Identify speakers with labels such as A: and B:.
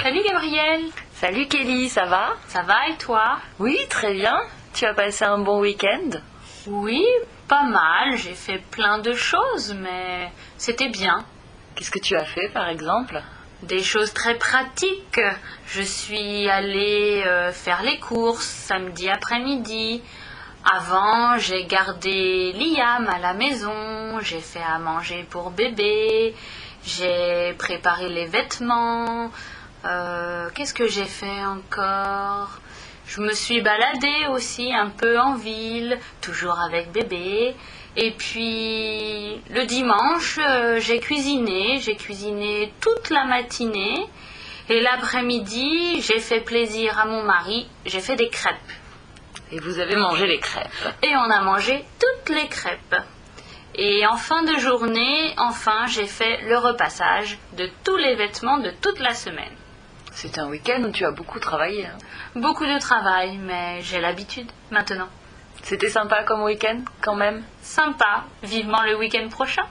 A: Salut Gabriel,
B: Salut Kelly, ça va
A: ça va et toi
B: Oui, très bien. Tu as passé un bon week-end
A: Oui, pas mal, j'ai fait plein de choses, mais c'était bien.
B: Qu'est-ce que tu as fait par exemple
A: Des choses très pratiques. Je suis allée euh, faire les courses samedi après-midi. Avant, j'ai gardé Liam à la maison, j'ai fait à manger pour bébé, j'ai préparé les vêtements. Euh, Qu'est-ce que j'ai fait encore Je me suis baladée aussi un peu en ville, toujours avec bébé. Et puis le dimanche, euh, j'ai cuisiné, j'ai cuisiné toute la matinée. Et l'après-midi, j'ai fait plaisir à mon mari, j'ai fait des crêpes.
B: Et vous avez mangé les crêpes.
A: Et on a mangé toutes les crêpes. Et en fin de journée, enfin, j'ai fait le repassage de tous les vêtements de toute la semaine.
B: C'était un week-end où tu as beaucoup travaillé. hein.
A: Beaucoup de travail, mais j'ai l'habitude maintenant.
B: C'était sympa comme week-end quand même
A: Sympa, vivement le week-end prochain.